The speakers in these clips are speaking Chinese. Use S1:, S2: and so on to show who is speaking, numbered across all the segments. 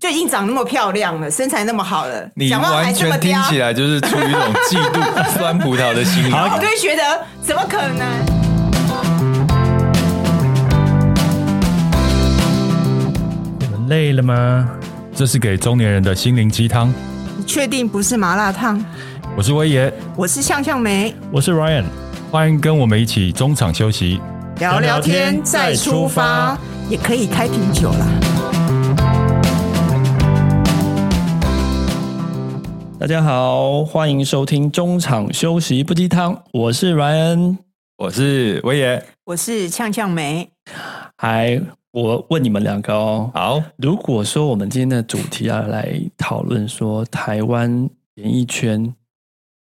S1: 就已经长那么漂亮了，身材那么好了，
S2: 你
S1: 讲话还
S2: 完
S1: 这么
S2: 全听
S1: 刁，
S2: 起来就是出于一种嫉妒酸葡萄的心理。
S1: 我就会觉得怎么可能？
S3: 你们累了吗？
S2: 这是给中年人的心灵鸡汤。
S1: 你确定不是麻辣烫？
S2: 我是威爷，
S1: 我是向向梅，
S3: 我是 Ryan，
S2: 欢迎跟我们一起中场休息。
S1: 聊聊
S3: 聊
S1: 天
S3: 天
S1: 再
S3: 再
S1: 出
S3: 出
S1: 发
S3: 发，
S1: 也可以开瓶酒啦。
S3: 大家好，欢迎收听中场休息不鸡汤，我是 Ryan。
S2: 我是威爷，
S1: 我是向向梅，
S3: 还我问你们两个哦，
S2: 好，
S3: 如果说我们今天的主题要来讨论说台湾演艺圈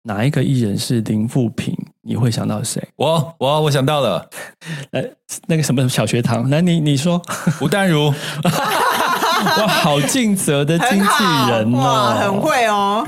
S3: 哪一个艺人是零负评，你会想到谁？
S2: 我我我想到了，
S3: 呃，那个什么小学堂，那你 你说，
S2: 吴淡如，
S3: 哇，好尽责的经
S1: 很
S3: 纪
S1: 好
S3: 人
S1: 哇，
S3: 哦，
S1: 很会 哦。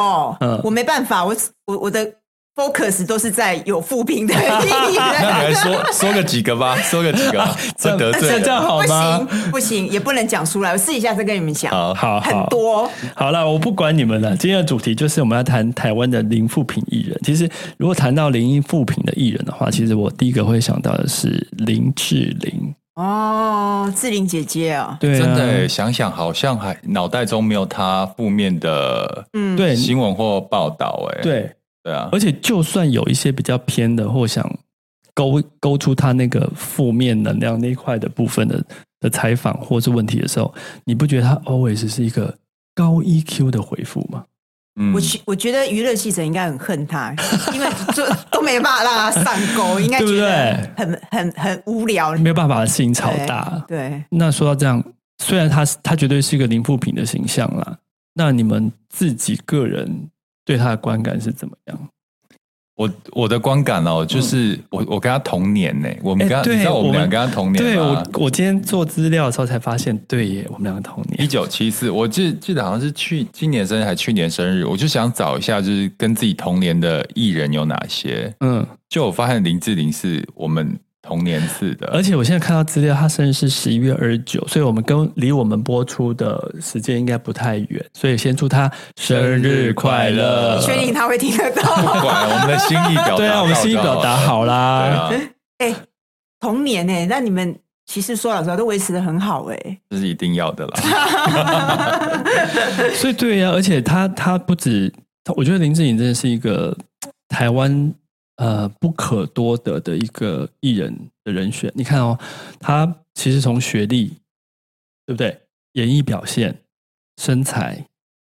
S1: 我、
S3: 嗯
S1: 我没办法，我我我的 focus 都是在有负评 的艺
S2: 那
S1: 人。
S2: 你来说说个几个吧，说个几个吧，这
S3: 这样
S2: 得罪
S3: 这样
S2: 人。
S3: 好
S1: 不
S3: 吗？
S1: 行不行，也不能讲出来，我试一下再跟你们讲。
S2: 好，
S3: 好
S1: 很
S3: 好
S1: 多
S3: 好了，我不管你们了。今天的主题就是我们要谈台湾的零负评艺人。其实，如果谈到零负评的艺人的话，其实我第一个会想到的是林志玲。
S1: 哦，志玲姐姐哦，
S3: 对、啊，
S2: 真的耶想想好像还脑袋中没有他负面的
S1: 嗯，
S3: 对
S2: 新闻或报道，哎，
S3: 对，
S2: 对啊，
S3: 而且就算有一些比较偏的，或想勾勾出他那个负面能量那一块的部分的的采访或是问题的时候，你不觉得他 always 是一个高 EQ 的回复吗？
S2: 嗯
S1: 我觉我觉得娱乐记者应该很恨他，因为就都没办法让他上钩，应该
S3: 对不
S1: 觉得
S3: 对
S1: 很很很无聊。
S3: 没有办法，心超大。
S1: 对，
S3: 那说到这样，虽然他是他绝对是一个零负评的形象啦，那你们自己个人对他的观感是怎么样？
S2: 我我的观感哦，就是我我跟他同年呢，我们跟他
S3: 哎嗯对
S2: 你知道我们
S3: 我
S2: 俩
S3: 们
S2: 跟他同年
S3: 对我
S2: 吗？，
S3: 我今天做资料的时候才发现，对耶，我们两个同
S2: 一
S3: 年。
S2: 九七四，我记记得好像是去今年生日还是去年生日，我就想找一下，就是跟自己同年的艺人有哪些。
S3: 嗯，
S2: 就我发现林志玲是我们同年次的，
S3: 而且我现在看到资料，他生日是十一月二十九，所以我们跟离我们播出的时间应该不太远，所以先祝他生日快乐。
S2: 呃
S1: 确定他会听得 到？
S2: 不管我们的心意表达，
S3: 对啊，我们心意表达，好
S2: 对
S3: 啦。
S2: 啊，
S1: 哎、童年呢、那你们其实说老实话都维持的很好哎、
S2: 这是一定要的啦。
S3: 所以对呀、而且他他不止，他我觉得林志颖真的是一个嘖台湾呃不可多得的一个艺人的人选。你看哦，他其实从学历，对不对？演艺表现、身材、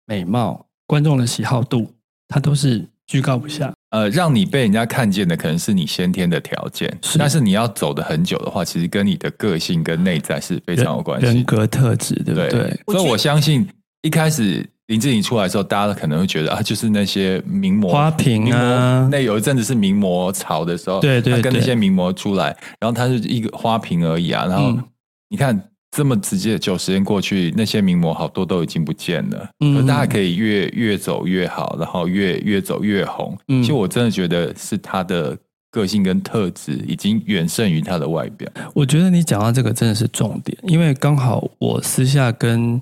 S3: 美貌、观众的喜好度，他都是居高不下。
S2: 呃，让你被人家看见的可能是你先天的条件，
S3: 是
S2: 但是你要走的很久的话，其实跟你的个性跟内在是非常有关系的
S3: 人格特质，对不对？
S1: 我
S2: 所以
S1: 觉
S2: 我相信一开始林志颖出来的时候，大家可能会觉得啊，就是那些名模
S3: 花瓶啊
S2: 名模那有一阵子是名模潮的时候，
S3: 对对
S2: 他跟那
S3: 对
S2: 些名模出来，然后他是一个花瓶而已啊，然后
S3: 嗯
S2: 你看。这么直接，九十年过去，那些名模好多都已经不见了。
S3: 嗯
S2: 可是大家可以越越走越好，然后越越走越红。
S3: 嗯
S2: 其实我真的觉得是他的个性跟特质已经远胜于他的外表。
S3: 我觉得你讲到这个真的是重点，因为刚好我私下跟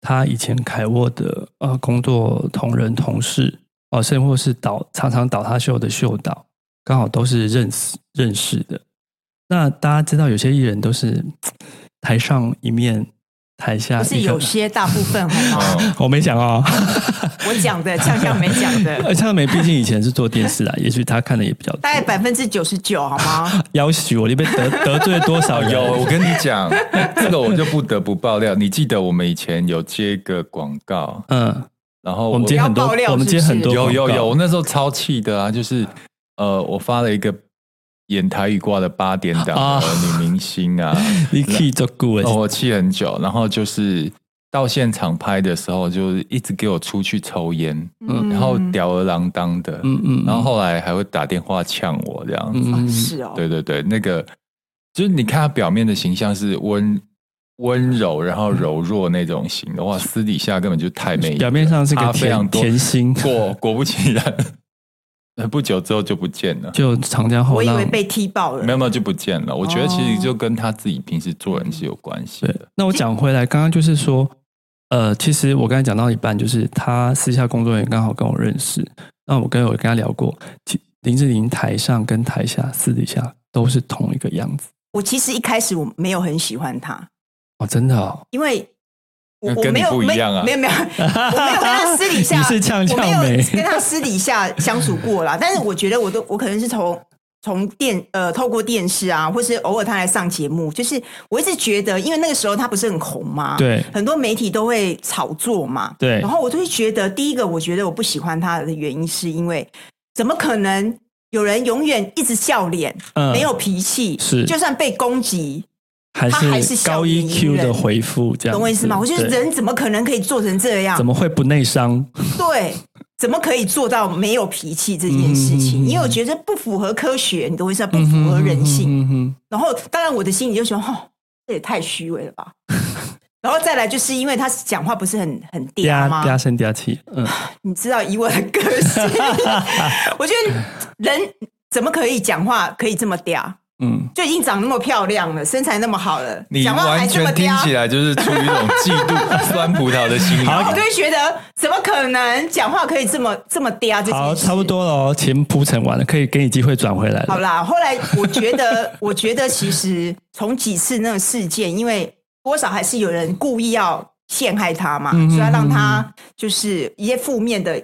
S3: 他以前凯沃的呃工作同仁同事哦、甚至或是导常常导他秀的秀导，刚好都是认识认识的。那大家知道，有些艺人都是嘖台上一面，台下
S1: 不
S3: 一
S1: 是
S3: 个
S1: 有些大部分好吗？
S2: 哦
S3: 我没讲哦。
S1: 我讲的像像没讲 的，
S3: 而且美毕竟以前是做电视啊，也许他看的也比较多
S1: 大。概百分之九十九好吗？
S3: 要许我那边得得罪多少人？
S2: 哦 有，我跟你讲，这个我就不得不爆料。你记得我们以前有接一个广告，
S3: 嗯，
S2: 然后
S3: 我们接很多
S1: 不要爆，料
S3: 我们接很
S1: 是不
S3: 多
S1: 是
S2: 有有
S3: 广告
S2: 有，我那时候超气的啊，就是呃，我发了一个演台语挂的八点档
S3: 啊
S2: 的女明星 啊，
S3: 你 key 做 good，
S2: 哦我气很久，然后就是。到现场拍的时候，就是一直给我出去抽烟，
S3: 嗯
S2: 然后吊儿郎当的，
S3: 嗯嗯，
S2: 然后后来还会打电话呛我这样子。
S1: 啊
S3: 嗯
S1: 是哦，
S2: 对对对，那个就是你看他表面的形象是温温柔，然后柔弱那种型的话，私底下根本就太媚。
S3: 表面嗯上是
S2: 差
S3: 个
S2: 非常
S3: 甜
S2: 多
S3: 甜心，
S2: 果果不其 然，不久之后就不见了，
S3: 就长江后
S1: 我以
S3: 浪
S1: 为。被踢爆了。
S2: 没有没有就不见了。我觉得其
S1: 哦
S2: 实就跟他自己平时做人是有关系
S3: 对
S2: 的。，
S3: 那我讲回来，刚刚就是说，呃，其实我刚才讲到一半，就是他私下工作人员刚好跟我认识，那我跟有跟他聊过，其林志玲台上跟台下私底下都是同一个样子
S1: 我其实一开始我没有很喜欢他，
S3: 哦，真的哦，
S1: 因为我
S2: 那
S1: 我
S2: 跟
S1: 没
S2: 你
S1: 有
S2: 不一
S1: 没
S2: 样啊
S1: 没有没有，我没有跟他私底下，
S3: 你是呛呛
S1: 我没有
S3: 梅
S1: 跟他私底下相处过啦。但是我觉得我都我可能是从从电呃透过电视啊，或是偶尔他来上节目，就是我一直觉得，因为那个时候他不是很红嘛，，
S3: 对
S1: 很多媒体都会炒作嘛，
S3: 对
S1: 然后我就会觉得，第一个我觉得我不喜欢他的原因，是因为怎么可能有人永远一直笑脸，
S3: 嗯
S1: 没有脾气，
S3: 是
S1: 就算被攻击，
S3: 还
S1: 他还是
S3: 是
S1: 笑
S3: 高
S1: 脸
S3: EQ
S1: 人
S3: 的回复，这样
S1: 懂我意思吗？
S3: 子
S1: 我觉得
S3: 对
S1: 人怎么可能可以做成这样
S3: 怎？么会不内伤？
S1: 对，怎么可以做到没有脾气这件事情？
S3: 嗯
S1: 因为我觉得不符合科学，你懂我意思吗？不符合人性。
S3: 嗯哼嗯哼
S1: 然后，当然我的心里就想，哦，这也太虚伪了吧。 然后再来，就是因为他讲话不是很很嗲
S3: 嗲
S1: 吗？
S3: 嗲声嗲气，嗯，
S1: 你知道，以我的个性，我觉得人怎么可以讲话可以这么嗲？
S3: 嗯，
S1: 就已经长那么漂亮了，身材那么好了，
S2: 你
S1: 讲话还
S2: 完
S1: 这么
S2: 全听起
S1: 嗲，
S2: 来就是出于一种嫉妒 酸葡萄的心理。
S1: 然后我就会觉得，怎么可能讲话可以这么这么嗲？这件
S3: 好，
S1: 事
S3: 差不。多了哦，前铺陈完了，可以给你机会转回来
S1: 好
S3: 了。
S1: 啦，后来我觉得，我觉得其实从几次那个事件，因为多少还是有人故意要陷害他嘛，
S3: 嗯
S1: 所以要让他就是一些负面的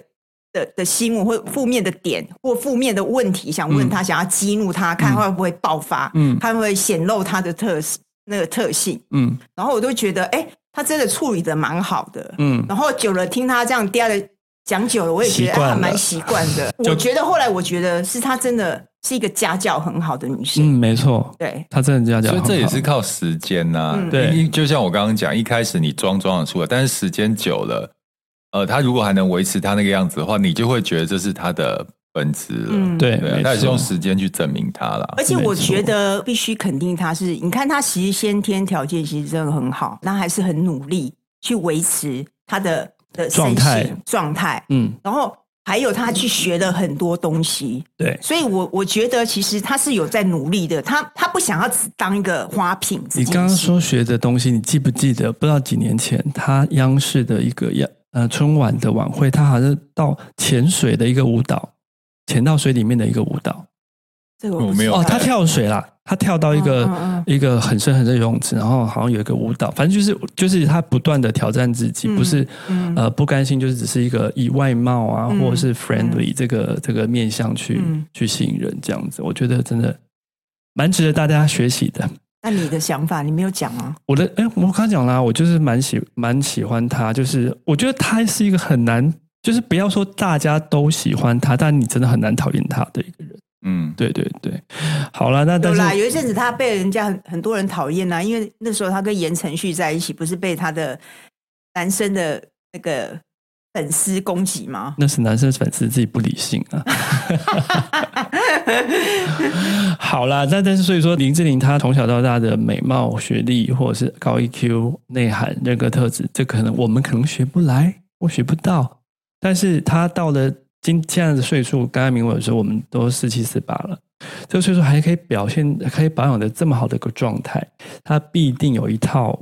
S1: 的的新闻或负面的点或负面的问题，想问他，想要激怒他，看会不会爆发，
S3: 嗯
S1: 看会不会显露他的特那个特性。
S3: 嗯
S1: 然后我都觉得，哎、他真的处理的蛮好的。
S3: 嗯，
S1: 然后久了听他这样嗲的讲久了，我也觉得
S3: 习惯
S1: 哎
S3: 了
S1: 还蛮习惯 的。我觉得后来我觉得是她真的是一个家教很好的女生，
S3: 嗯，没错，
S1: 对
S3: 他真的这样讲
S2: 所以
S3: 很好，
S2: 这也是靠时间呐、
S1: 嗯
S3: 对
S2: 你就像我刚刚讲，一开始你装装得出来，但是时间久了，呃，他如果还能维持他那个样子的话，你就会觉得这是他的本质了。
S1: 嗯
S3: 对，
S2: 对啊，
S3: 没
S2: 他也是用
S3: 错
S2: 时间去证明他啦。
S1: 而且
S3: 啊没
S1: 我
S3: 错
S1: 觉得必须肯定她是，你看她其实先天条件其实真的很好，那还是很努力去维持她的的身
S3: 状态
S1: 形状态，
S3: 嗯，
S1: 然后还有她去学了很多东西，
S3: 对，
S1: 所以我我觉得其实她是有在努力的，她她不想要只当一个花瓶这件事。
S3: 你刚刚说学的东西，你记不记得？不知道几年前，他央视的一个央呃春晚的晚会，他好像到潜水的一个舞蹈，潜到水里面的一个舞蹈。
S1: 这个我不
S2: 我没有
S1: 知
S3: 哦，
S1: 道
S3: 他跳水啦，他跳到一个、
S1: 嗯嗯
S3: 一个很深很深的游泳池，然后好像有一个舞蹈，反正就是就是他不断的挑战自己，
S1: 嗯
S3: 不是、
S1: 嗯
S3: 呃不甘心，就是只是一个以外貌啊、
S1: 嗯
S3: 或者是 friendly 这个、这个面向去、
S1: 嗯
S3: 去吸引人这样子，我觉得真的蛮值得大家学习的。
S1: 那你的想法你没有讲啊？
S3: 我的哎，我刚讲啦，我就是蛮喜蛮喜欢他，就是我觉得他是一个很难，就是不要说大家都喜欢他，但你真的很难讨厌他的一个人。
S2: 嗯，
S3: 对对对，好啦，那
S1: 有
S3: 但
S1: 啦，
S3: 是
S1: 有一阵子他被人家很很多人讨厌呐，因为那时候他跟言承旭在一起，不是被他的男生的那个粉丝攻击吗？
S3: 那是男生粉丝自己不理性啊。 好啦，那但是所以说，林志玲她从小到大的美貌、学历或者是高 EQ、内涵、人格特质，这可能我们可能学不来，或学不到。但是她到了今现在的岁数，刚才明伟说我们都四七四八了，这个岁数还可以表现，可以保养的这么好的一个状态，她必定有一套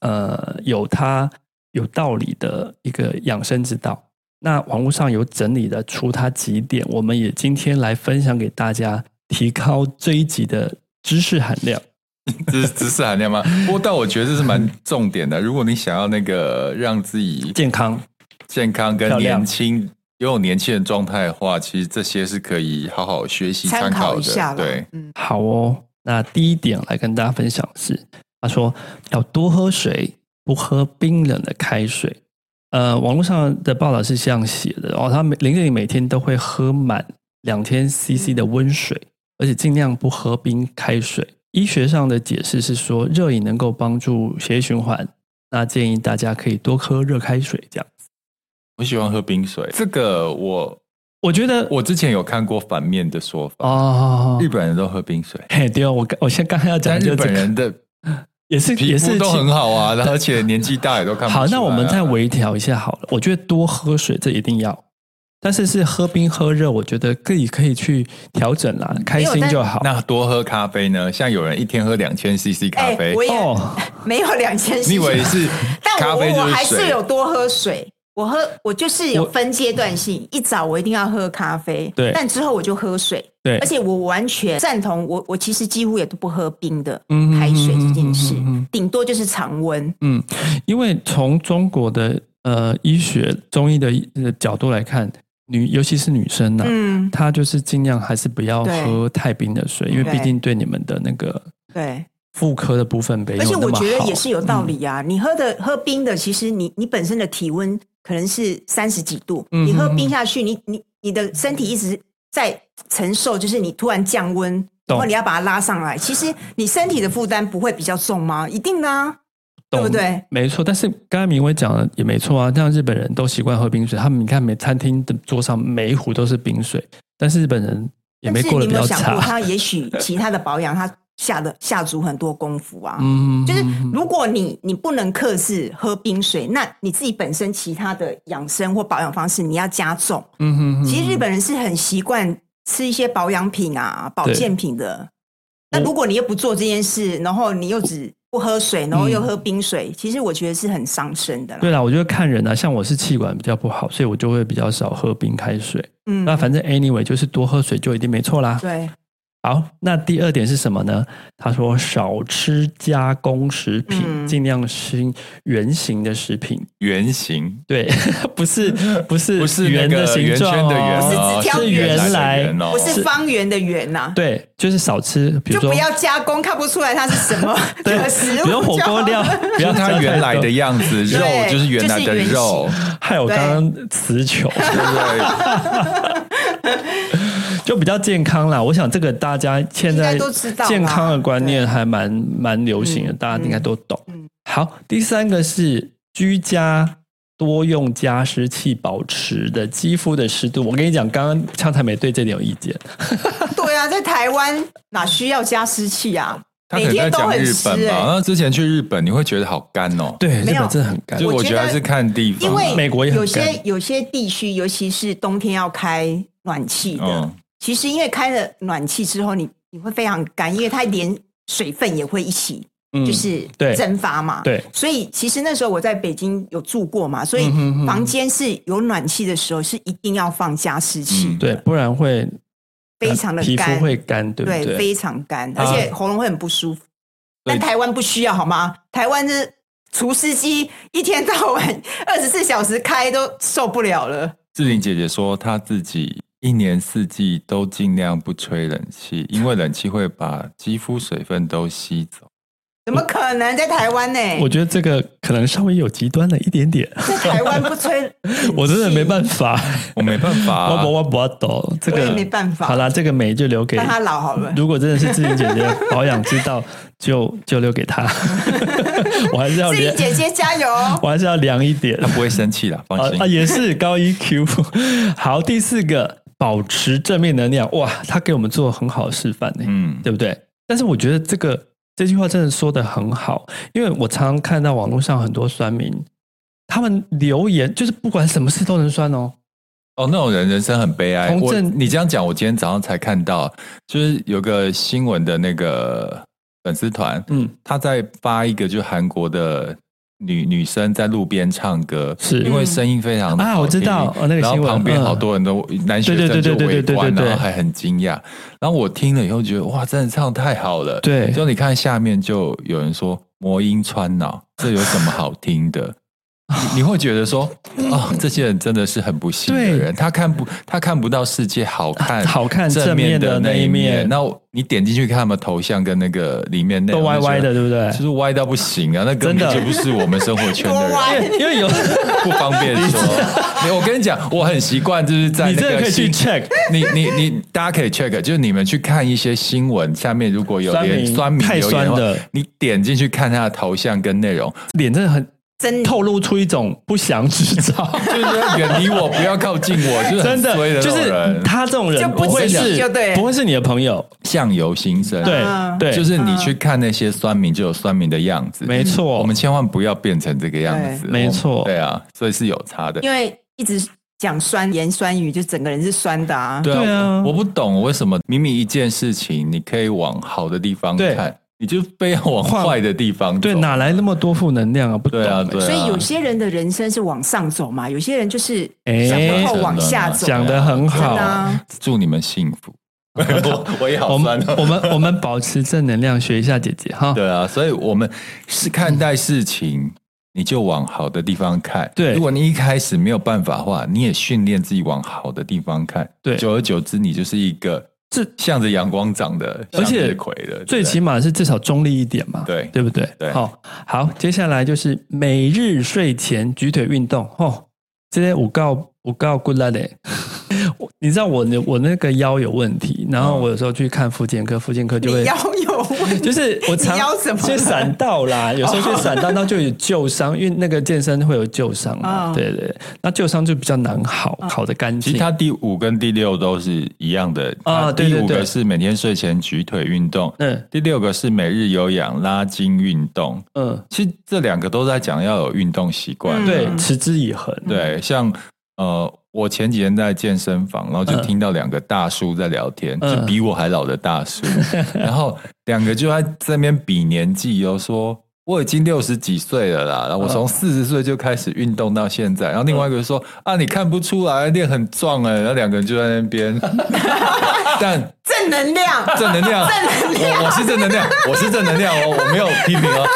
S3: 呃有她有道理的一个养生之道。那网络上有整理的出它几点，我们也今天来分享给大家，提高这一集的知识含量。
S2: 知知识含量吗？不过但我觉得这是 蛮重点的。如果你想要那个让自己
S3: 健康，
S2: 健康跟
S3: 漂亮
S2: 年轻，拥有年轻人状态的话，其实这些是可以好好学习
S1: 参
S2: 考
S1: 一
S2: 的。
S1: 下啦
S2: 对，，
S1: 嗯，
S3: 好哦。那第一点来跟大家分享的是，他说要多喝水，不喝冰冷的开水。呃，网络上的报道是这样写的哦，他每林志颖每天都会喝满两千
S2: 嗯
S3: CC 的温水，而且尽量不喝冰开水。医学上的解释是说，热饮能够帮助血液循环，那建议大家可以多喝热开水。这样，
S2: 我喜欢喝冰水。这个我
S3: 我觉得
S2: 我之前有看过反面的说法，
S3: 哦
S2: 日，本人都喝冰水，
S3: 嘿，对哦，我刚我现在刚刚要讲
S2: 但
S3: 的就
S2: 日
S3: 是这
S2: 本
S3: 个，
S2: 人的
S3: 也是
S2: 皮
S3: 也
S2: 肤
S3: 是
S2: 都
S3: 其
S2: 很好啊，然后而且年纪大也都看不出来啊
S3: 好，那我们再微调一下好了。我觉得多喝水这一定要，但是是喝冰喝热，我觉得可以可以去调整啦，开心就好。
S2: 那多喝咖啡呢？像有人一天喝两千 CC 咖啡，
S1: 哎我也、
S3: 哦，
S1: 没有两千。
S2: 你以为是
S1: 但
S2: 咖
S1: 我
S2: 啡
S1: 我
S2: 就
S1: 还是
S2: 水？
S1: 有多喝水，我喝我就是有分阶段性，一早我一定要喝咖啡，
S3: 对
S1: 但之后我就喝水，
S3: 对
S1: 而且我完全赞同我我其实几乎也都不喝冰的
S3: 嗯
S1: 开水这件事
S3: 嗯嗯嗯嗯嗯，
S1: 顶多就是常温，
S3: 因为从中国的呃医学中医的呃角度来看，女尤其是女生呢、
S1: 嗯，
S3: 她就是尽量还是不要
S1: 对
S3: 喝太冰的水，因为
S1: 对
S3: 毕竟对你们的那个
S1: 对，
S3: 妇科的部分没有
S1: 而且
S3: 那
S1: 我
S3: 么好。嗯
S1: 觉得也是有道理啊，你喝的喝冰的，其实你你本身的体温可能是三十几度，
S3: 嗯
S1: 你喝冰
S3: 嗯嗯
S1: 下去，你你你的身体一直在承受，就是你突然降温，然后你要把它拉上来，其实你身体的负担不会比较重吗？一定的啊，对
S3: 懂
S1: 不对？
S3: 没错，但是刚才明威讲的也没错啊，像日本人都习惯喝冰水，他们你看每餐厅的桌上每一壶都是冰水，但是日本人也没
S1: 但是
S3: 过
S1: 你
S3: 得
S1: 有
S3: 比
S1: 没
S3: 较
S1: 有想过，
S3: 差，
S1: 他也许其他的保养，他下的下足很多功夫啊。
S3: 嗯，
S1: 就是
S3: 嗯
S1: 如果你你不能克制喝冰水，那你自己本身其他的养生或保养方式你要加重。
S3: 嗯嗯
S1: 其实日本人是很习惯吃一些保养品啊、保健品的。那如果你又不做这件事，然后你又只不喝水，然后又喝冰水，其实我觉得是很伤身的啦。
S3: 嗯对啦，我觉得看人啊，像我是气管比较不好，所以我就会比较少喝冰开水。
S1: 嗯，
S3: 那反正 anyway 就是多喝水就一定没错啦。
S1: 对，
S3: 好，那第二点是什么呢？他说少吃加工食品，
S1: 嗯
S3: 尽量吃原形的食品。
S2: 圆形
S3: 对， 不是不是
S2: 不是那
S3: 圆
S2: 个
S3: 的形
S2: 圆
S3: 状、
S2: 圈
S3: 哦，
S2: 的圆
S1: 不
S2: 哦，
S1: 是只挑
S3: 是
S1: 圆
S3: 原
S2: 来的
S3: 来
S2: 圆哦
S1: 不是方圆的圆呐、
S3: 对，就是少吃，比
S1: 就
S3: 如说
S1: 不要加工，看不出来它是什 么
S3: 对
S1: 的食物。
S3: 比如火锅料，不
S2: 就是
S3: 要
S2: 它
S3: 加太
S2: 原来
S3: 多
S2: 的。样子，
S1: 对
S2: 肉就是原来的肉，
S3: 害我刚刚词穷，
S2: 对 不对？
S3: 就比较健康啦。我想这个大家现在
S1: 应该都知道啦
S3: 健康的观念还蛮蛮流行的，
S1: 嗯
S3: 大家应该都懂
S1: 嗯嗯。
S3: 好，第三个是居家。多用加湿器保持的肌肤的湿度，我跟你讲，刚刚畅才美对这点有意见，
S1: 对啊，在台湾哪需要加湿器啊？
S2: 他可能在讲日
S1: 每天
S2: 本
S1: 都很湿欸
S2: 吧？那之前去日本，你会觉得好干哦。
S3: 对，
S1: 没
S3: 日
S1: 有
S3: 本真的很干
S2: 就，
S1: 我
S2: 我
S1: 觉
S2: 觉得
S1: 得
S2: 还是看地方
S1: 因
S2: 啊，
S1: 为
S3: 嗯美国也很
S1: 有些
S3: 干
S1: 有些地区，尤其是冬天要开暖气的，
S3: 哦
S2: 嗯
S1: 其实因为开了暖气之后，你你会非常干，因为它连水分也会一起
S3: 嗯
S1: 就是
S3: 对
S1: 蒸发嘛。
S3: 嗯对
S1: 所以其实那时候我在北京有住过嘛，所以
S3: 嗯哼哼
S1: 房间是有暖气的时候是一定要放加湿器
S2: 嗯
S1: 的，
S3: 对，不然会
S1: 呃
S3: 呃
S1: 非常的
S3: 皮肤
S1: 干，
S3: 会干，对不
S1: 对
S3: 对？
S1: 非常干，
S3: 啊
S1: 而且喉咙会很不舒服。
S2: 对
S1: 但台湾不需要好吗？台湾是除湿机一天到晚 二十四小时开都受不了了。
S2: 志玲姐姐说，她自己一年四季都尽量不吹冷气，因为冷气会把肌肤水分都吸走。
S1: 怎么可能在台湾呢、
S3: 我觉得这个可能稍微有极端了一点点，，
S1: 在台湾不吹
S3: 我真的没办法。
S2: 我没办法、啊
S3: 我我我不懂这
S1: 啊我也
S3: 个，
S1: 没办法
S3: 好啦，这个美就留给
S1: 让他老好了。
S3: 如果真的是志玲姐姐的 保养之道，就就留给她。我还是要
S1: 志
S3: 量
S1: 颖，姐姐加油！
S3: 我还是要量一点
S2: 他。不会生气啦，放
S3: 啊
S2: 心。
S3: 啊，也是高 EQ。好，第四个，保持正面能量。哇，他给我们做很好的示范呢、
S2: 嗯，
S3: 对不对？但是我觉得这个这句话真的说的很好，因为我常常看到网络上很多酸民，他们留言就是不管什么事都能酸哦。
S2: 哦，那种人人生很悲哀。
S3: 从
S2: 我
S3: 政
S2: 你这样讲，我今天早上才看到，就是有个新闻的那个粉丝团，
S3: 嗯，
S2: 他在发一个就韩国的女女生在路边唱歌，
S3: 是
S2: 因为声音非常的
S3: 啊
S2: 好
S3: 我知
S2: 听
S3: 道哦那个
S2: 然
S3: 新
S2: 后
S3: 闻
S2: 旁边
S3: 嗯
S2: 好多人都、男学
S3: 对对
S2: 生就
S3: 对对对
S2: 围
S3: 对
S2: 观，
S3: 对对
S2: 然后还很惊讶。然后我听了以后觉得哇，真的唱太好了。
S3: 对
S2: 就你看下面就有人说魔音穿脑，这有什么好听的？你你会觉得 说，哦，这些人真的是很不幸的
S3: 对
S2: 人，他看不他看不到世界好看
S3: 好看
S2: 正
S3: 正面
S2: 的
S3: 的那
S2: 一
S3: 一面
S2: 那我你点进去看他们头像跟那个里面内
S3: 都
S2: 容
S3: 歪
S2: 就觉
S3: 歪
S2: 得
S3: 的，对不对？
S2: 就是歪到不行啊！那根
S3: 真
S2: 本
S3: 的
S2: 就不是我们生活圈 的
S1: 多
S2: 人，
S1: 歪
S3: 因为因为有
S2: 不方便说。没有我跟你讲，我很习惯，就是在
S3: 你
S2: 那
S3: 这个
S2: 个
S3: 可以去
S2: 新
S3: check，
S2: 你你你，大家可以 check，就是你们去看一些新闻，下面如果有
S3: 酸
S2: 连
S3: 民
S2: 酸民
S3: 太
S2: 留言的
S3: 酸
S2: 话
S3: 了，
S2: 你点进去看他的头像跟内容，。
S3: 脸真的很
S1: 真
S3: 透露出一种不祥之兆
S2: 就是说远离我，不要靠近我，就是很
S3: 真的
S2: 衰，那
S3: 就
S2: 种
S3: 是
S2: 人，
S3: 他这种人
S1: 就不
S3: 会
S1: 吉利
S3: 是
S1: 就对
S3: 不会是你的朋友，
S2: 相由心生。
S3: 对
S1: 嗯
S3: 对，
S2: 就是你去看那些酸民，就有酸民的样子。
S3: 没错
S2: 我们千万不要变成这个样子。哦
S3: 对没错
S2: 对啊，所以是有差的。
S1: 因为一直讲酸言酸语，就整个人是酸的啊。
S2: 对
S3: 对啊
S2: 我不懂为什么明明一件事情，你可以往好的地方
S3: 对
S2: 看，你就非要往坏的地方走。
S3: 对，哪来那么多负能量啊？不懂
S2: 对啊，对啊。
S1: 所以有些人的人生是往上走嘛，有些人就是
S3: 哎
S1: 想然后往下走。
S3: 讲的很
S1: 真的
S3: 好。
S1: 啊，
S2: 祝你们幸 福。我我也
S3: 我
S2: 好酸
S3: 们
S2: 哦。
S3: 我们我们保持正能量，学一下姐姐哈。
S2: 对啊，所以我们是看待事情，你就往好的地方看。
S3: 对
S2: 如果你一开始没有办法的话，你也训练自己往好的地方看。
S3: 对
S2: 久而久之，你就是一个
S3: 这
S2: 向着阳光长的，
S3: 而且
S2: 向日葵的。
S3: 最起
S2: 码
S3: 码是至少中立一点嘛，
S2: 对
S3: 对不对？
S2: 对
S3: 好、好，接下来就是每日睡前举腿运动哦，这些我告我告 good luck 的。 我你知道我那我那个腰有问题，然
S2: 哦
S3: 后我有时候去看复健科，复健科就
S1: 你
S3: 会
S1: 腰有问题，
S3: 就是我常
S1: 你腰怎么了
S3: 就闪到 啦，有时候就闪到，那就有旧伤，因为那个健身会有旧伤嘛，
S1: 哦
S3: 对对，对那旧伤就比较难好，好的干
S2: 其实。
S3: 净
S2: 它第五跟第六都是一样的
S3: 啊
S2: 它
S3: 对对
S2: 第五
S3: 对
S2: 个是每天睡前举腿运动，
S3: 嗯
S2: 第六个是每日有氧拉筋运动。
S3: 嗯，
S2: 其实这两个都在讲要有运动习惯。
S1: 嗯
S3: 对，持之以恒，
S2: 对，像呃，我前几天在健身房，然后就
S3: 嗯
S2: 听到两个大叔在聊天，
S3: 嗯
S2: 就比我还老的大叔，然后两个就在这边比年纪哦，说。我已经六十几岁了啦，然
S3: 嗯
S2: 后我从四十岁就开始运动到现在。然后另外一个说、
S3: 嗯
S2: 啊，你看不出来，练很壮哎、然后两个人就在那边， 但
S1: 正能量。
S2: 正能量，我我是正能量，我是正能量哦，我没有批评哦，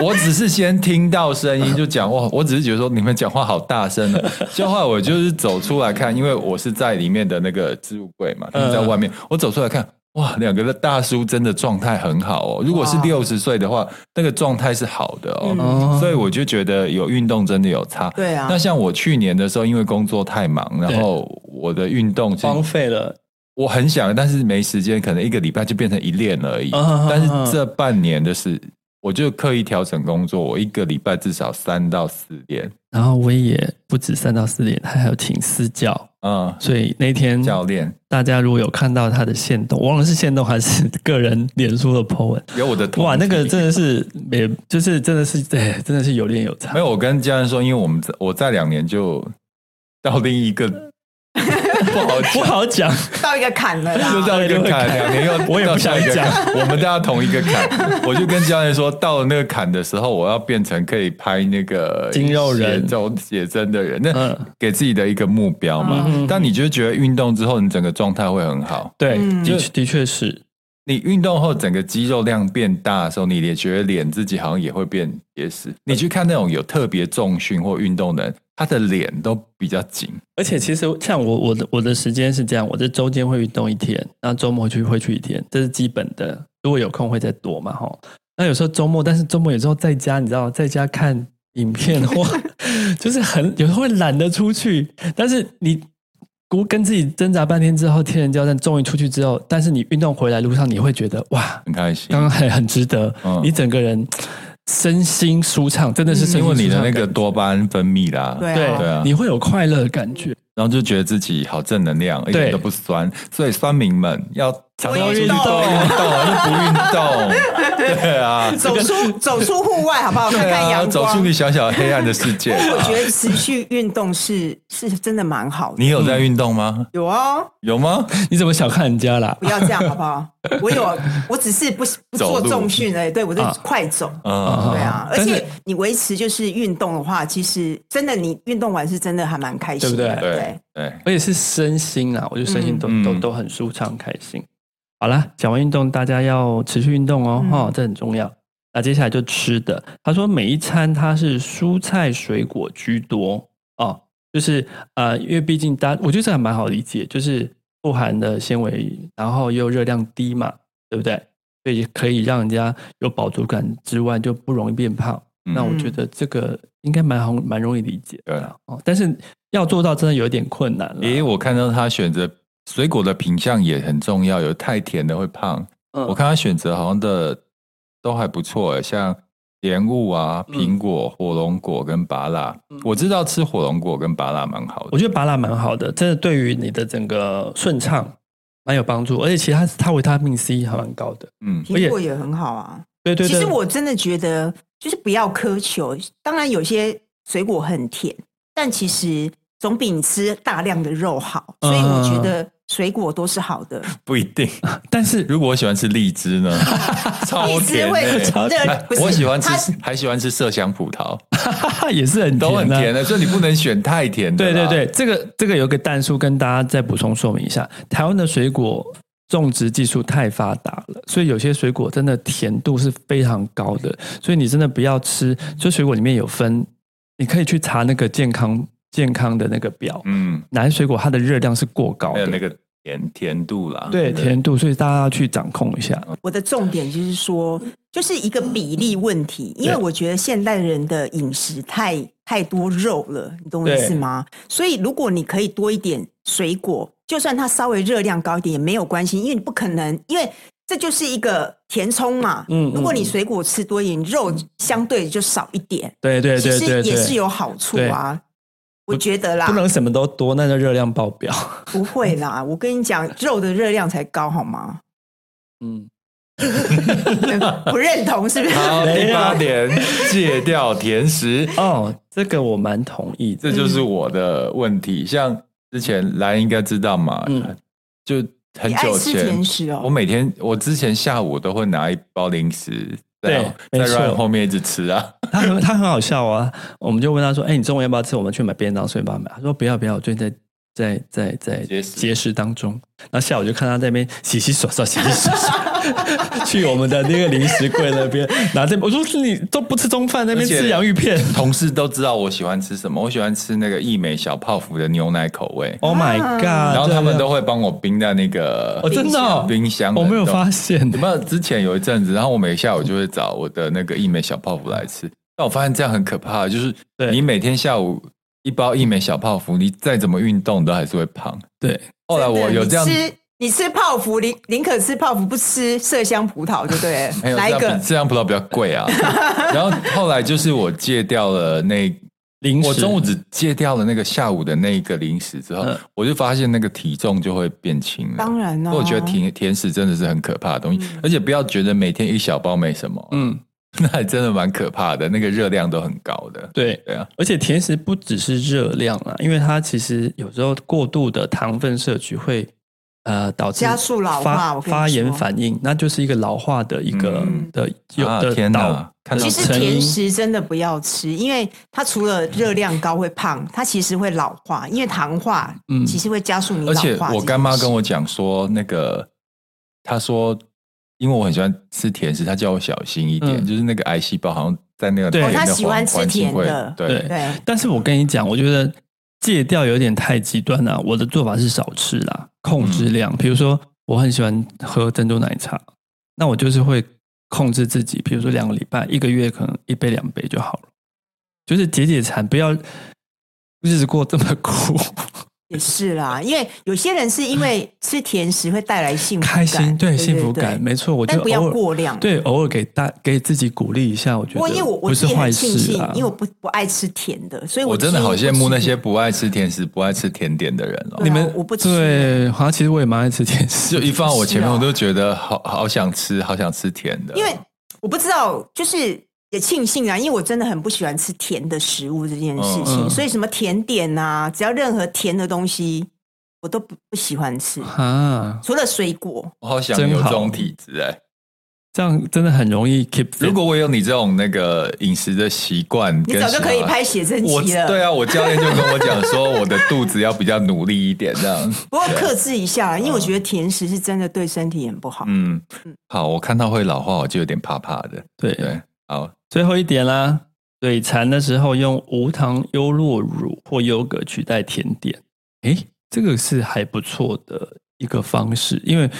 S2: 我只是先听到声音就讲哇，我只是觉得说你们讲话好大声哦。就后来我就是走出来看，因为我是在里面的那个置物柜嘛，他们在外面，我走出来看。哇，两个大叔真的状态很好哦。如果是
S1: 哇
S2: 六十岁的话，那个状态是好的哦。
S1: 嗯
S3: 哦
S2: 所以我就觉得有运动真的有差。
S1: 对啊
S2: 那像我去年的时候，因为工作太忙，然后我的运动是
S3: 荒废了。
S2: 我很想，但是没时间，可能一个礼拜就变成一练而已。
S3: 啊哈哈哈
S2: 但是这半年的是，我就刻意调整工作，我一个礼拜至少三到四练。
S3: 然后我也不止三到四点，他还有请私教，
S2: 嗯，
S3: 所以那天
S2: 教练
S3: 大家如果有看到他的线动，我忘了是线动还是 个人脸书的 po 文，
S2: 有我的同
S3: 哇，那个
S2: 体
S3: 真 的是也就是真的是对，真的是有练有差
S2: 没。有。我跟家人说，因为我们在我在两年就到另 一个不好讲。
S3: 不好讲，
S1: 到一个坎了啦，
S2: 就到一个坎，两年又
S3: 我也不
S2: 到下一个
S3: 想
S2: 坎，我们大家同一个坎。我就跟教练说，到了那个坎的时候，我要变成可以拍那 个
S3: 筋肉人
S2: 写中写真的人，那
S3: 嗯
S2: 给自己的一个目标嘛。
S3: 嗯
S2: 但你就觉得运动之后，你整个状态会很好。
S3: 对，
S1: 嗯
S3: 的确的确是，
S2: 你运动后整个肌肉量变大的时候，你也觉得脸自己好像也会变结实。你去看那种有特别重训或运动的人，他的脸都比较紧。
S3: 而且其实像我我的我的时间是这样，我这周间会运动一天，然后周末去会去一天，这是基本的。如果有空会再多嘛吼。那有时候周末，但是周末有时候在家，你知道，在家看影片或 就是很有时候会懒得出去，但是你。估跟自己挣扎半天之后，天人交战，终于出去之后，但是你运动回来路上，你会觉得哇，
S2: 很开心
S3: 刚，刚还很值得，
S2: 嗯
S3: 你整个人身心舒畅，真的是身
S2: 因为
S3: 心
S2: 你
S3: 舒
S2: 的
S3: 畅
S2: 那
S3: 感
S2: 个多巴胺分泌啦，
S1: 对
S3: 对
S2: 对啊
S3: 你会有快乐的感觉。
S2: 然后就觉得自己好正能量，一点都不酸，所以酸民们要常
S1: 多
S2: 常出去
S1: 运动
S2: 多运动， 而不运动，对啊，
S1: 走出走出户外好不好？看
S2: 对
S1: 看
S2: 啊，
S1: 阳
S2: 走出
S1: 光。
S2: 你小小黑暗的世界。
S1: 我觉得持续运动是是真的蛮好的。
S2: 你有在运动吗？
S1: 有哦，
S2: 有吗？
S3: 你怎么小看人家啦？
S1: 不要这样好不好？我有，我只是不不
S2: 走
S1: 做
S2: 路
S1: 重训而已，对我就
S3: 啊
S1: 快走。
S2: 嗯，
S1: 对啊，而
S3: 但是
S1: 且你维持就是运动的话，其实真的你运动完是真的还蛮开心的，
S3: 对不
S2: 对对，
S3: 而且是身心啊，我觉得身心都、
S2: 嗯
S3: 都
S2: 嗯
S3: 都很舒畅开心。好啦，讲完运动，大家要持续运动哦，
S1: 嗯
S3: 哈、这很重要。那接下来就吃的，他说每一餐它是蔬菜水果居多哦，就是呃，因为毕竟大家，我觉得这还蛮好理解，就是富含的纤维，然后又热量低嘛，对不对？所以可以让人家有饱足感之外，就不容易变胖。
S2: 嗯
S3: 那我觉得这个应该蛮好，蛮容易理解的啦哦。但是要做到真的有一点困难了。
S2: 诶，我看到他选择水果的品相也很重要，有太甜的会胖。
S3: 嗯
S2: 我看他选择好像的都还不错诶，像莲雾啊、
S3: 嗯
S2: 苹果、火龙果跟芭乐
S3: 嗯。
S2: 我知道吃火龙果跟芭乐蛮好的
S3: 我。觉得芭乐蛮好的，真的对于你的整个顺畅蛮有帮助，而且其实它它维他命 C 还蛮高的。
S2: 嗯，
S1: 苹果也很好啊。
S3: 对对对，
S1: 其实我真的觉得就是不要苛求，当然有些水果很甜，但其实总比你吃大量的肉好。所以我
S3: 嗯
S1: 觉得水果都是好的，
S2: 不一定。
S3: 但是
S2: 如果我喜欢吃荔枝 呢，超
S1: 荔枝
S2: 甜
S1: 会
S2: 欸！
S1: 热，不是
S2: 我喜欢吃
S1: 它，
S2: 还喜欢吃麝香葡萄，
S3: 啊也是很
S2: 都很
S3: 啊
S2: 甜的，所以你不能选太甜的。
S3: 对对，对，这个这个有个蛋数跟大家再补充说明一下，台湾的水果种植技术太发达了，所以有些水果真的甜度是非常高的，所以你真的不要吃。就水果里面有分，你可以去查那个健康健康的那个表，
S2: 嗯，
S3: 哪些水果它的热量是过高
S2: 还有
S3: 的，
S2: 那个甜甜度啦，
S3: 对甜度，所以大家要去掌控一下。
S1: 我的重点就是说，就是一个比例问题，因为
S3: 对
S1: 我觉得现代人的饮食太太多肉了，你懂我意思吗？所以如果你可以多一点水果，就算它稍微热量高一点也没有关系，因为你不可能，因为这就是一个填充嘛。
S3: 嗯嗯
S1: 如果你
S3: 嗯
S1: 水果吃多一点，肉相对就少一点，
S3: 对对对
S1: 其
S3: 对
S1: 实也是
S3: 对，
S1: 有好处啊。我觉得啦
S3: 不，能什么都多，那就热量爆表。
S1: 不会啦，我跟你讲，肉的热量才高好吗？
S3: 嗯，
S1: 不认同是不是？
S2: 好，
S3: 没有
S2: 第八点，戒掉甜食，
S3: 哦，这个我蛮同意的。
S2: 这就是我的问题。像之前兰应该知道嘛，
S3: 嗯
S2: 就很
S1: 你爱
S2: 久
S1: 吃
S2: 前
S1: 甜食哦
S2: 我每天我之前下午都会拿一包零食在
S3: 对
S2: 在
S3: 没错
S2: run 后面一直吃啊，
S3: 他很他很好笑啊！我们就问他说：“哎、你中午要不要吃？我们去买便当，所以帮他买。”他说：“不要不要，我最近在在在
S2: 节
S3: 在
S2: 食
S3: 节食当中。”然后下午就看他在那边洗洗刷刷，洗洗刷刷， 去我们的那个零食柜那边拿这。我说：“你都不吃中饭，在那边
S2: 而且
S3: 吃洋芋片
S2: 同事都知道我喜欢吃什么，我喜欢吃那个益美小泡芙的牛奶口味，
S3: ？”Oh my god！
S2: 然后他们
S3: 对啊
S2: 都会帮我冰在那个
S3: 哦，真的哦、
S2: 冰箱冷冻，
S3: 我没有发现
S2: 有。没有？之前有一阵子，然后我每下午就会找我的那个益美小泡芙来吃，但我发现这样很可怕，就是
S3: 对
S2: 你每天下午一包益美小泡芙，你再怎么运动都还是会胖。
S3: 对，
S2: 后来我哦有这样
S1: 你。吃，你吃泡芙，宁宁可吃泡芙，不吃麝香葡萄，对不
S2: 没
S1: 对？
S2: 有，
S1: 来一
S2: 哎这样
S1: 个
S2: 比？这样葡萄比较 贵啊。然后后来就是我戒掉了那，
S3: 零食
S2: 我中午只戒掉了那个下午的那个零食之后，
S3: 嗯
S2: 我就发现那个体重就会变轻了。
S1: 当然啊嗯啦、
S2: 所以我觉得甜甜食真的是很可怕的东西，而且不要觉得每天一小包没什么，
S3: 嗯，
S2: 那还真的蛮可怕的，那个热量都很高的。
S3: 对，
S2: 对啊，
S3: 而且甜食不只是热量啊，因为它其实有时候过度的糖分摄取会呃导致
S1: 加速老化
S3: 发
S1: 我跟你说
S3: 发炎反应，那就是一个老化的一个、
S1: 嗯
S3: 的有
S2: 啊
S3: 的
S2: 天
S3: 导、
S2: 哪看到
S1: 其
S3: 的
S1: 实
S3: 成因
S1: 甜食真的不要吃，因为它除了热量高会胖，它其实会老化，因为糖化，
S3: 嗯
S1: 其实会加速你老
S2: 而
S1: 化。
S2: 且我干妈跟，我讲说，那个她说，因为我很喜欢吃甜食，她叫我小心一点，
S3: 嗯
S2: 就是那个癌细胞好像在那个
S3: 对
S2: 甜的
S1: 哦她喜欢
S2: 环
S1: 吃
S2: 环境
S1: 甜
S2: 会
S1: 的
S2: 对
S3: 对
S1: 对，
S3: 但是我跟你讲，我觉得戒掉有点太极端了、我的做法是少吃啦，控制量。比如说，我很喜欢喝珍珠奶茶，那我就是会控制自己，比如说两个礼拜、一个月，可能一杯两杯就好了。就是解解馋，不要日子过这么 苦，
S1: 也是啦，因为有些人是因为吃甜食会带来幸福感，
S3: 开心对
S1: 对
S3: 幸福感，
S1: 对
S3: 没错。我觉
S1: 但
S3: 得
S1: 不要
S3: 偶尔
S1: 过量。
S3: 对偶尔给大给自己鼓励一下，我觉
S1: 不过因为
S3: 得
S1: 我我
S3: 不是
S1: 自己
S3: 坏
S1: 很庆
S3: 事
S1: 幸
S3: 啊，。
S1: 因为我不不爱吃甜的，所以
S2: 我真的
S1: 建议
S2: 好
S1: 不
S2: 羡慕那
S1: 吃
S2: 些不爱吃甜食、不爱吃甜点的人哦
S1: 对。
S3: 你
S1: 啊
S3: 们
S1: 我不吃
S3: 对，好像其实我也蛮爱吃甜食，
S2: 就一 放我前面，
S1: 是啊
S2: 我都觉得好好想吃，好想吃甜的。
S1: 因为我不知道，就是也庆幸啊，因为我真的很不喜欢吃甜的食物这件事情，
S3: 嗯嗯
S1: 所以什么甜点啊，只要任何甜的东西，我都不不喜欢吃，
S3: 啊，
S1: 除了水果。
S2: 我哦好想
S3: 真
S2: 有这
S3: 好
S2: 种体质哎、
S3: 这样真的很容易 keep fit。
S2: 如果我有你这种那个饮食的习惯，
S1: 你
S2: 跟
S1: 早就可以
S2: 喜好
S1: 拍写真
S2: 我
S1: 集了，
S2: 对啊，我教练就跟我讲说，我的肚子要比较努力一点，这样。
S1: 不过克制一下，因为我
S3: 嗯
S1: 觉得甜食是真的对身体很不好。
S2: 嗯，好，我看到会老化，我就有点怕怕的。
S3: 对
S2: 对，好，
S3: 最后一点啦，嘴馋的时候用无糖优酪乳或优格取代甜点，诶，这个是还不错的一个方式。因为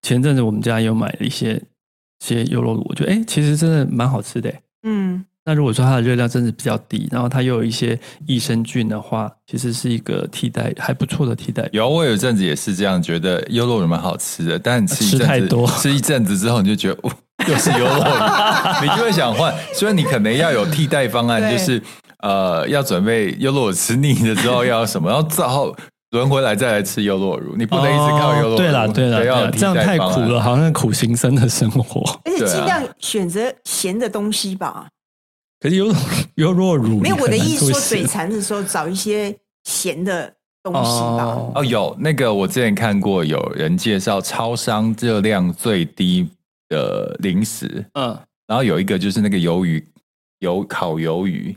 S3: 前阵子我们家有买了一些一些优酪乳，我觉得诶，其实真的蛮好吃的诶。
S1: 嗯，
S3: 那如果说它的热量真的比较低，然后它又有一些益生菌的话，其实是一个替代还不错的替代。
S2: 有啊我有一阵子也是这样，觉得优酪乳蛮好吃的，但吃一阵子
S3: 吃太多
S2: 吃一阵子之后，你就觉得，哦、又是优酪乳，你就会想换。所以你可能要有替代方案，
S1: 对
S2: 就是呃，要准备优酪乳吃腻了之后要有什么，然后之后轮回来再来吃优酪乳，你不能一直靠优酪乳。
S3: 哦对啦，对啦，对
S2: 要有
S3: 啦，
S2: 替
S3: 这样
S2: 代
S3: 太
S2: 方
S3: 苦
S2: 案
S3: 了，。好像苦行僧的生活。
S1: 而且
S2: 对啊
S1: 尽量选择咸的东西吧。
S3: 可是优酪优酪乳
S1: 没有，我的
S3: 很难
S1: 意思
S3: 做
S1: 说，
S3: 咸
S1: 嘴馋的时候找一些咸的东西吧。
S3: 哦
S2: 哦，有那个我之前看过，有人介绍超商热量最低的零食，
S3: 嗯，
S2: 然后有一个就是那个鱿鱼，有烤鱿鱼，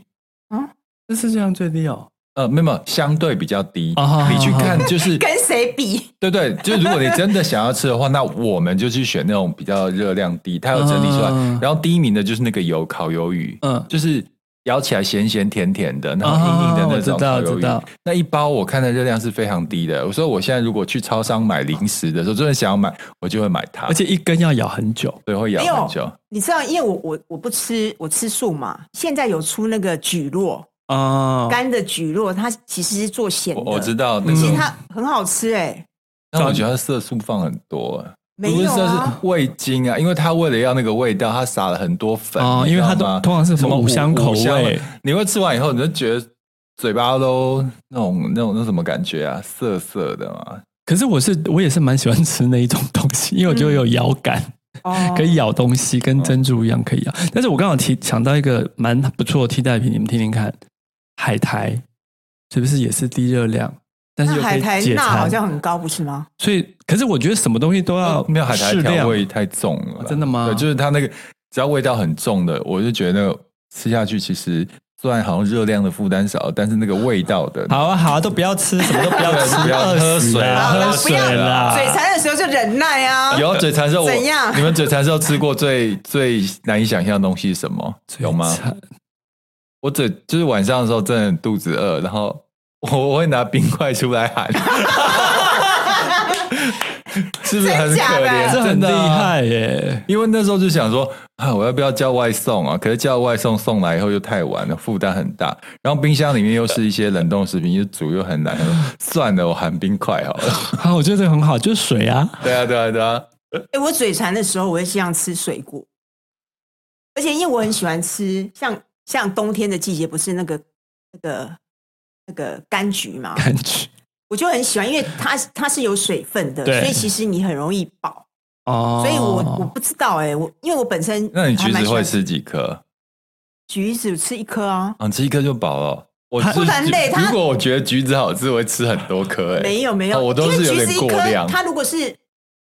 S3: 这世界上最低哦。
S2: 呃，没有没有，相对比较低。
S3: 哦好好
S2: 你去看，就是
S1: 跟谁比？
S2: 对对，就是如果你真的想要吃的话，那我们就去选那种比较热量低，它有整理出来。
S3: 嗯
S2: 然后第一名的就是那个油烤鱿鱼，
S3: 嗯，
S2: 就是咬起来咸咸甜甜的，然后硬硬的那种烤
S3: 啊我知道
S2: 鱿
S3: 知
S2: 鱼。
S3: 道
S2: 那一包我看的热量是非常低的，所以我现在如果去超商买零食的时候，真的想要买，我就会买它，
S3: 而且一根要咬很久。
S2: 所以会咬很久。
S1: 你知道，因为我我我不吃，我吃素嘛。现在有出那个蒟蒻，
S2: 哦
S3: 啊，
S1: 干的蒟蒻，它其实是做咸的。
S2: 我我知道那
S1: 其实
S3: 嗯
S2: 个，
S1: 它很好吃哎、
S2: 但我觉得它色素放很多，
S1: 没
S2: 不是
S1: 有
S2: 色
S1: 啊，
S2: 素味精啊，因为它为了要那个味道，它撒了很多粉
S3: 哦，
S2: 你
S3: 因
S2: 知道
S3: 为它都
S2: 吗
S3: 通常是什
S2: 什
S3: 么
S2: 么
S3: 五香口味，，
S2: 你会吃完以后，你就觉得嘴巴都那种那种那种什么感觉啊，涩涩的嘛。
S3: 可是我是我也是蛮喜欢吃那一种东西，因为我觉得
S1: 嗯
S3: 有咬感，
S1: 哦
S3: 可以咬东西，跟珍珠一样可以咬。但是我刚好提想到一个蛮不错的替代品，你们听听看，海苔是不是也是低热量，但是
S1: 那
S3: 又可
S1: 海
S3: 以
S1: 苔
S3: 解
S1: 钠好
S3: 馋？
S1: 像很高，不是吗？
S3: 所以，可是我觉得什么东西都要
S2: 嗯没有海苔
S3: 哦适
S2: 调
S3: 量
S2: 味太重了啦、
S3: 啊真的吗
S2: 对，就是它那个只要味道很重的，我就觉得那个吃下去其实虽然好像热量的负担少，但是那个味道的
S3: 好啊，好啊，都不要吃，什么都不要 吃，
S2: 对不要
S3: 饿
S2: 喝
S3: 死
S2: 水
S3: 啦
S2: 啊
S3: 喝
S2: 喝
S1: 不
S3: 水
S1: 要
S3: 啦。
S1: 嘴馋的时候就忍耐啊。
S2: 有嘴馋肉，我
S1: 怎样
S2: 你们嘴馋肉吃过 最最难以想象的东西是什么？有吗？
S3: 惨
S2: 我嘴就是晚上的时候真的肚子饿，然后我我会拿冰块出来 喊， 是不是很
S1: 真
S2: 可
S1: 假
S2: 怜？
S1: 的
S3: 这
S2: 真
S3: 很厉
S2: 的啊
S3: 害耶！
S2: 因为那时候就想说啊，我要不要叫外送啊？可是叫外送送来以后又太晚了，负担很大。然后冰箱里面又是一些冷冻食品，又煮又很难。想说算了，我含冰块好了。
S3: 好，啊我觉得这个很好，就是水啊。
S2: 对啊，对啊，对啊。
S1: 哎、我嘴馋的时候，我会这样吃水果，而且因为我很喜欢吃，像像冬天的季节，不是那个那个那个柑橘嘛，
S3: 感觉
S1: 我就很喜欢，因为它它是有水分的，
S3: 对
S1: 所以其实你很容易饱。
S3: 哦
S1: 所以我我不知道哎、我因为我本身
S2: 那你
S1: 还
S2: 橘
S1: 蛮
S2: 子
S1: 喜欢
S2: 会吃几颗？
S1: 橘子吃一颗啊，
S2: 啊，吃一颗就饱了。我
S3: 它
S2: 是
S1: 不然
S2: 橘
S1: 嘞它
S2: 如果我觉得橘子好吃，我会吃很多颗、欸。
S1: 没有没有，
S2: 哦我都是有
S1: 因为
S2: 点
S1: 橘子一
S2: 过
S1: 颗，
S2: 量，
S1: 它如果是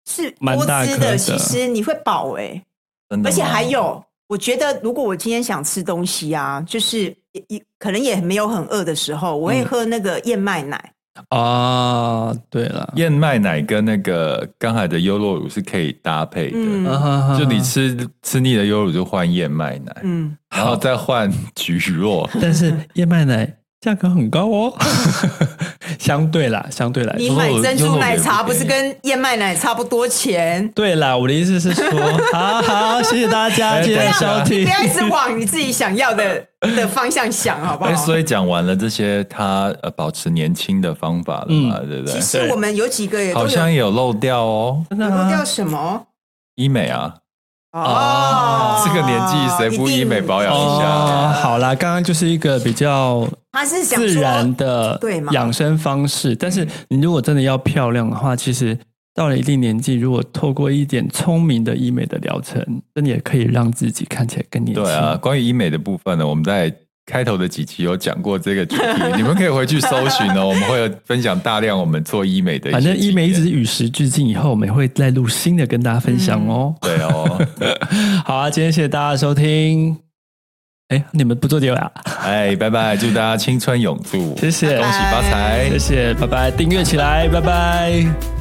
S1: 是
S3: 蛮
S1: 多
S3: 大
S1: 汁
S3: 颗的
S1: 的，其实你会饱哎、
S2: 真的
S1: 而且
S2: 吗
S1: 还有，我觉得如果我今天想吃东西啊，就是也也可能也没有很饿的时候，我
S2: 嗯
S1: 会喝那个燕麦奶。
S3: 啊，对了，
S2: 燕麦奶跟那个刚才的优酪乳是可以搭配的。
S1: 嗯
S3: 啊哈哈
S2: 就你吃吃腻了优酪乳，就换燕麦奶，
S1: 嗯，
S2: 然后再换橘若。
S3: 但是燕麦奶价格很高 哦，相对啦，相对来
S2: 哎
S1: 你
S3: 说，
S1: 买珍珠奶
S2: 优酪乳也
S1: 茶
S2: 不
S1: 不是跟燕麦奶差不多钱？
S3: 对啦，我的意思 是说，好好，谢谢大家
S2: 哎
S3: 今天的收
S1: 不
S3: 听。
S1: 要一直往你自己想要的的方向想，好不
S2: 哎，
S1: 好？
S2: 所以讲完了这些他呃保持年轻的方法了嘛，
S3: 嗯
S2: 对不
S1: 其
S2: 对？
S1: 实我们有几个也都
S2: 好
S1: 有
S2: 像也有漏掉哦，
S3: 真
S1: 有
S3: 的啊
S1: 漏
S3: 吗
S1: 掉什么？
S2: 医美啊，
S1: 哦，
S2: 这个年纪谁不医美保养一下
S3: 哦，好啦，刚刚就是一个比较
S1: 他是想
S3: 自然
S1: 说，
S3: 的
S1: 对嘛嗯
S3: 养生方式。但是你如果真的要漂亮的话，其实到了一定年纪，如果透过一点聪明的医美的疗程，真的也可以让自己看起来更年轻。
S2: 对啊，，关于医美的部分呢，我们在开头的几集有讲过这个主 题，你们可以回去搜寻哦。我们会分享大量我们做医美的一些
S3: 反正医美一直
S2: 经
S3: 是与时俱进，以后我们也会再录新的跟大家分享哦。
S2: 验对 哦，
S1: 嗯
S3: 好啊，今天谢谢大家收听。哎，你们不做 丢啦，
S2: 哎，拜拜，祝大家青春永驻，
S3: 谢谢，
S2: 恭喜发财
S3: 谢。谢，拜拜，订阅起来，拜拜